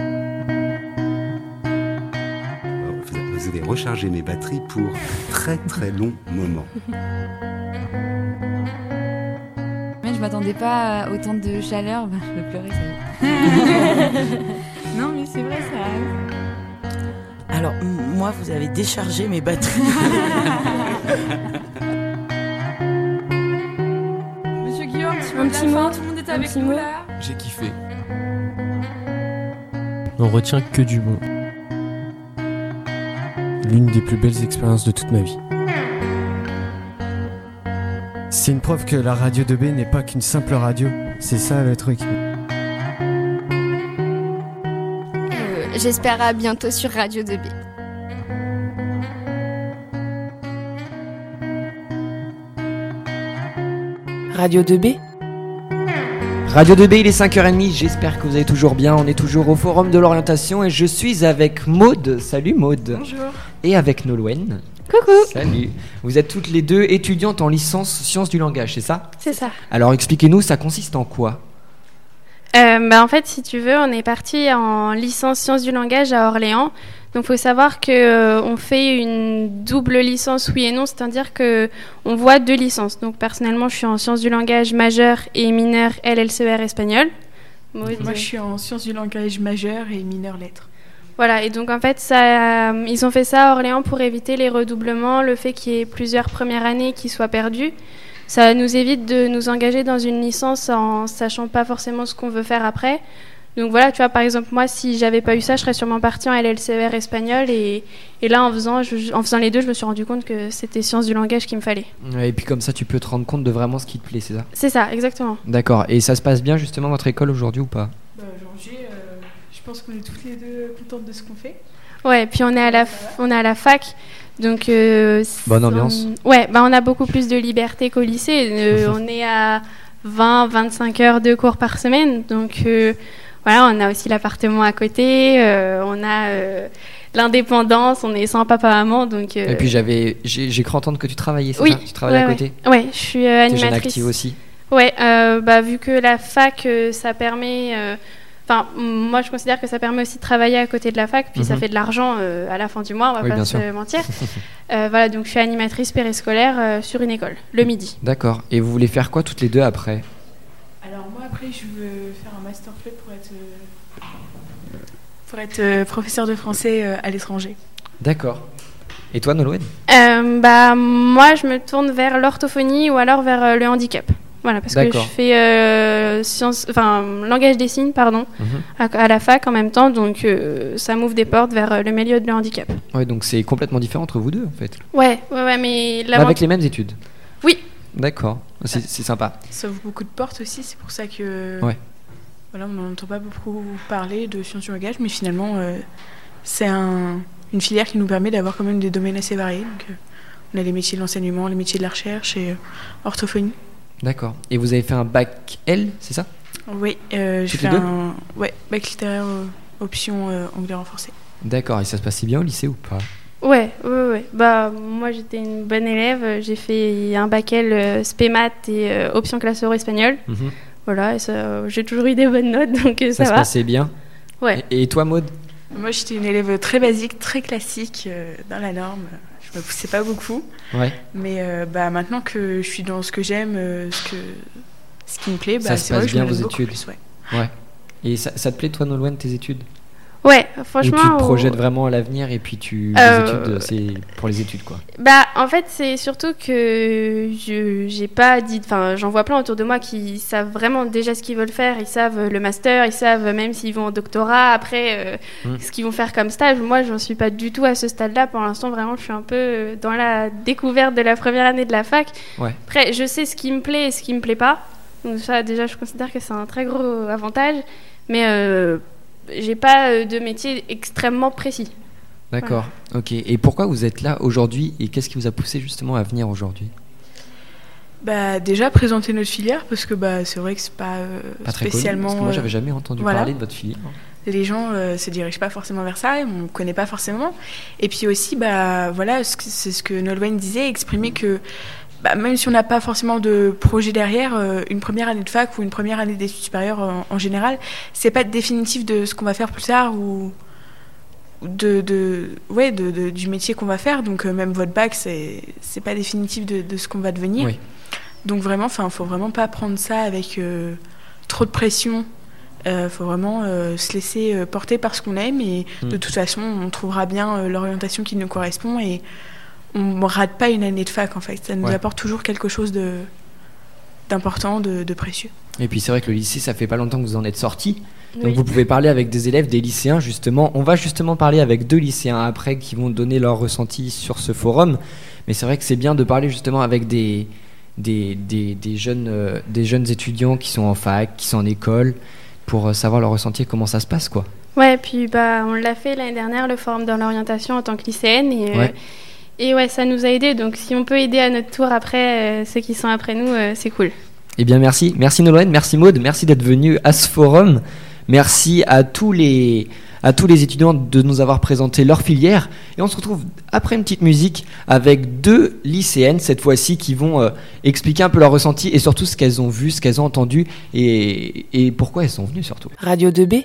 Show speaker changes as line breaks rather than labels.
Euh, vous allez recharger mes batteries pour très très long moment.
Mais je m'attendais pas à autant de chaleur. Bah, je vais pleurer, ça y est.
Non, mais c'est vrai, ça arrive.
Alors, m- moi, vous avez déchargé mes batteries.
Monsieur Guillaume,
Un
tu vois de
petit
la fin,
mot,
tout le monde est
un
avec
petit
nous
mot.
là.
J'ai kiffé.
n'en retient que du bon. L'une des plus belles expériences de toute ma vie. C'est une preuve que la radio de b n'est pas qu'une simple radio. C'est ça le truc.
Euh, J'espère à bientôt sur Radio 2B.
Radio 2B
Radio 2B, il est 5h30, j'espère que vous allez toujours bien. On est toujours au Forum de l'Orientation et je suis avec Maude. Salut Maude.
Bonjour.
Et avec Nolwenn.
Coucou
Salut. Vous êtes toutes les deux étudiantes en licence sciences du langage, c'est ça
C'est ça.
Alors expliquez-nous, ça consiste en quoi
Euh, bah, en fait, si tu veux, on est parti en licence sciences du langage à Orléans. Donc, faut savoir que euh, on fait une double licence oui et non, c'est-à-dire que on voit deux licences. Donc, personnellement, je suis en sciences du langage majeure et mineure LLCR E espagnol. Maud,
Moi,
euh,
je suis en sciences du langage majeur et mineure lettres.
Voilà, et donc en fait, ça, euh, ils ont fait ça à Orléans pour éviter les redoublements, le fait qu'il y ait plusieurs premières années qui soient perdues. Ça nous évite de nous engager dans une licence en sachant pas forcément ce qu'on veut faire après. Donc voilà, tu vois, par exemple, moi, si j'avais pas eu ça, je serais sûrement partie en LLCR espagnol. E Et, et là, en faisant, je- en faisant les deux, je me suis rendu compte que c'était sciences du langage qu'il me fallait.
Et puis comme ça, tu peux te rendre compte de vraiment ce qui te plaît, c'est ça
C'est ça, exactement.
D'accord. Et ça se passe bien justement votre école aujourd'hui ou pas
Bah, Aujourd'hui, euh, je pense qu'on est toutes les deux contentes de ce qu'on fait.
Ouais, puis on est à la, f- on est à la fac, donc. euh,
Bonne
c'est-
ambiance.
ouais, bah on a beaucoup plus de liberté qu'au lycée. Euh, on est à 20-25 heures de cours par semaine, donc euh, voilà, on a aussi l'appartement à côté, euh, on a euh, l'indépendance, on est sans papa-maman, donc. euh,
Et puis j'avais, j'ai j'ai cru entendre que tu travaillais, c'est
oui,
ça Tu travailles
ouais,
à
ouais.
côté
Ouais, je suis euh,
T'es jeune
animatrice.
active aussi.
Ouais, euh, bah, vu que la fac, euh, ça permet. euh, Enfin, m- moi, je considère que ça permet aussi de travailler à côté de la fac, puis ça
Mhm.
fait de l'argent euh, à la fin du mois, on va
Oui, bien
pas se
sûr.
mentir. Euh, voilà, donc je suis animatrice périscolaire euh, sur une école, le midi.
D'accord. Et vous voulez faire quoi toutes les deux après
Alors moi après je veux faire un master club pour être euh, pour être euh, professeur de français euh, à l'étranger.
D'accord. Et toi, Nolwenn
Euh, bah, moi, je me tourne vers l'orthophonie ou alors vers euh, le handicap. Voilà, parce que je
D'accord.
fais euh, science, enfin, langage des signes, pardon,
Mhm.
à, à la fac en même temps, donc euh, ça m'ouvre des portes vers euh, le milieu de le handicap.
Ouais, donc c'est complètement différent entre vous deux en fait.
Ouais, ouais, ouais, mais
Mais
l'avantage-
avec les mêmes études.
Oui. Ah.
D'accord. Ah, C'est c'est sympa.
Ça ouvre beaucoup de portes aussi, c'est pour ça que
Ouais.
voilà, on n'entend pas beaucoup parler de sciences du langage, mais finalement euh, c'est un- une filière qui nous permet d'avoir quand même des domaines assez variés. Donc, euh, on a les métiers de l'enseignement, les métiers de la recherche et euh, orthophonie.
D'accord. Et vous avez fait un bac L, c'est ça
Oui, euh, j'ai
Toutes les
fait
deux
un ouais, bac littéraire euh, option euh, anglais renforcé.
D'accord. Et ça se passait bien au lycée ou pas
Ouais, ouais, ouais. Bah, moi, j'étais une bonne élève. euh, J'ai fait un bac L, euh, spé maths et euh, option classe euro espagnol. Voilà, et ça, euh, j'ai toujours eu des bonnes notes, donc euh, ça,
Ça, se
va.
passait bien.
Ouais.
Et, et toi, Maud
Moi, j'étais une élève très basique, très classique, euh, dans la norme. Je me poussais pas beaucoup.
Ouais.
Mais euh, bah, maintenant que je suis dans ce que j'aime, euh, ce, que, ce qui me plaît,
Ça
bah,
se
c'est
passe
vrai que je me
bien, vos
donne beaucoup
études.
plus, ouais.
Et ça, ça te plaît, toi, Nolwenn, tes études
Ouais,
Ou tu
franchement.
te
au-
projettes vraiment à l'avenir et puis tu.
Euh,
Les études, c'est pour les études, quoi.
Bah, en fait, c'est surtout que je j'ai pas dit. Enfin, j'en vois plein autour de moi qui savent vraiment déjà ce qu'ils veulent faire. Ils savent le master, ils savent même s'ils vont en doctorat après euh,
Mm.
ce qu'ils vont faire comme stage. Moi, j'en suis pas du tout à ce stade-là. Pour l'instant, vraiment, je suis un peu euh, dans la découverte de la première année de la fac.
Ouais.
Après, je sais ce qui me plaît et ce qui me plaît pas. Donc ça, déjà, je considère que c'est un très gros avantage. Mais euh, j'ai pas euh, de métier extrêmement précis.
D'accord. Ok. Et pourquoi vous êtes là aujourd'hui et qu'est-ce qui vous a poussé justement à venir aujourd'hui
Bah, déjà, présenter notre filière, parce que bah, c'est vrai que c'est pas, euh,
Pas très connu,
spécialement.
parce que moi,
euh,
j'avais jamais entendu
voilà.
parler de votre filière.
les gens euh, se dirigent pas forcément vers ça, et on connaît pas forcément. Et puis aussi, bah voilà, ce que- c'est ce que Nolwenn disait, exprimer que bah, même si on n'a pas forcément de projet derrière, euh, une première année de fac ou une première année d'études supérieures en, en général, c'est pas définitif de ce qu'on va faire plus tard ou de, de, ouais, de, de- du métier qu'on va faire. Donc euh, même votre bac, c'est c'est pas définitif de, de ce qu'on va devenir.
Oui.
Donc vraiment, enfin, faut vraiment pas prendre ça avec euh, trop de pression. Euh, faut vraiment euh, se laisser euh, porter par ce qu'on aime et de
Mm.
toute façon, on trouvera bien euh, l'orientation qui nous correspond et on rate pas une année de fac en fait. Ça nous
Ouais.
apporte toujours quelque chose de d'important, de, de précieux.
Et puis c'est vrai que le lycée, ça fait pas longtemps que vous en êtes sorti.
Oui.
Donc vous pouvez parler avec des élèves, des lycéens justement. On va justement parler avec deux lycéens après qui vont donner leur ressenti sur ce forum. Mais c'est vrai que c'est bien de parler justement avec des, des, des, des jeunes, euh, des jeunes étudiants qui sont en fac, qui sont en école, pour euh, savoir leur ressenti et comment ça se passe quoi.
Ouais, puis bah, on l'a fait l'année dernière, le forum dans l'orientation en tant que lycéenne. Et, euh,
Ouais.
et ouais, ça nous a aidés. Donc si on peut aider à notre tour après euh, ceux qui sont après nous, euh, c'est cool.
Eh bien merci, merci Nolwenn, merci Maude, merci d'être venu à ce forum. Merci à tous les à tous les étudiants de nous avoir présenté leur filière et on se retrouve après une petite musique avec deux lycéennes cette fois-ci qui vont euh, expliquer un peu leur ressenti et surtout ce qu'elles ont vu, ce qu'elles ont entendu et, et pourquoi elles sont venues surtout.
Radio 2B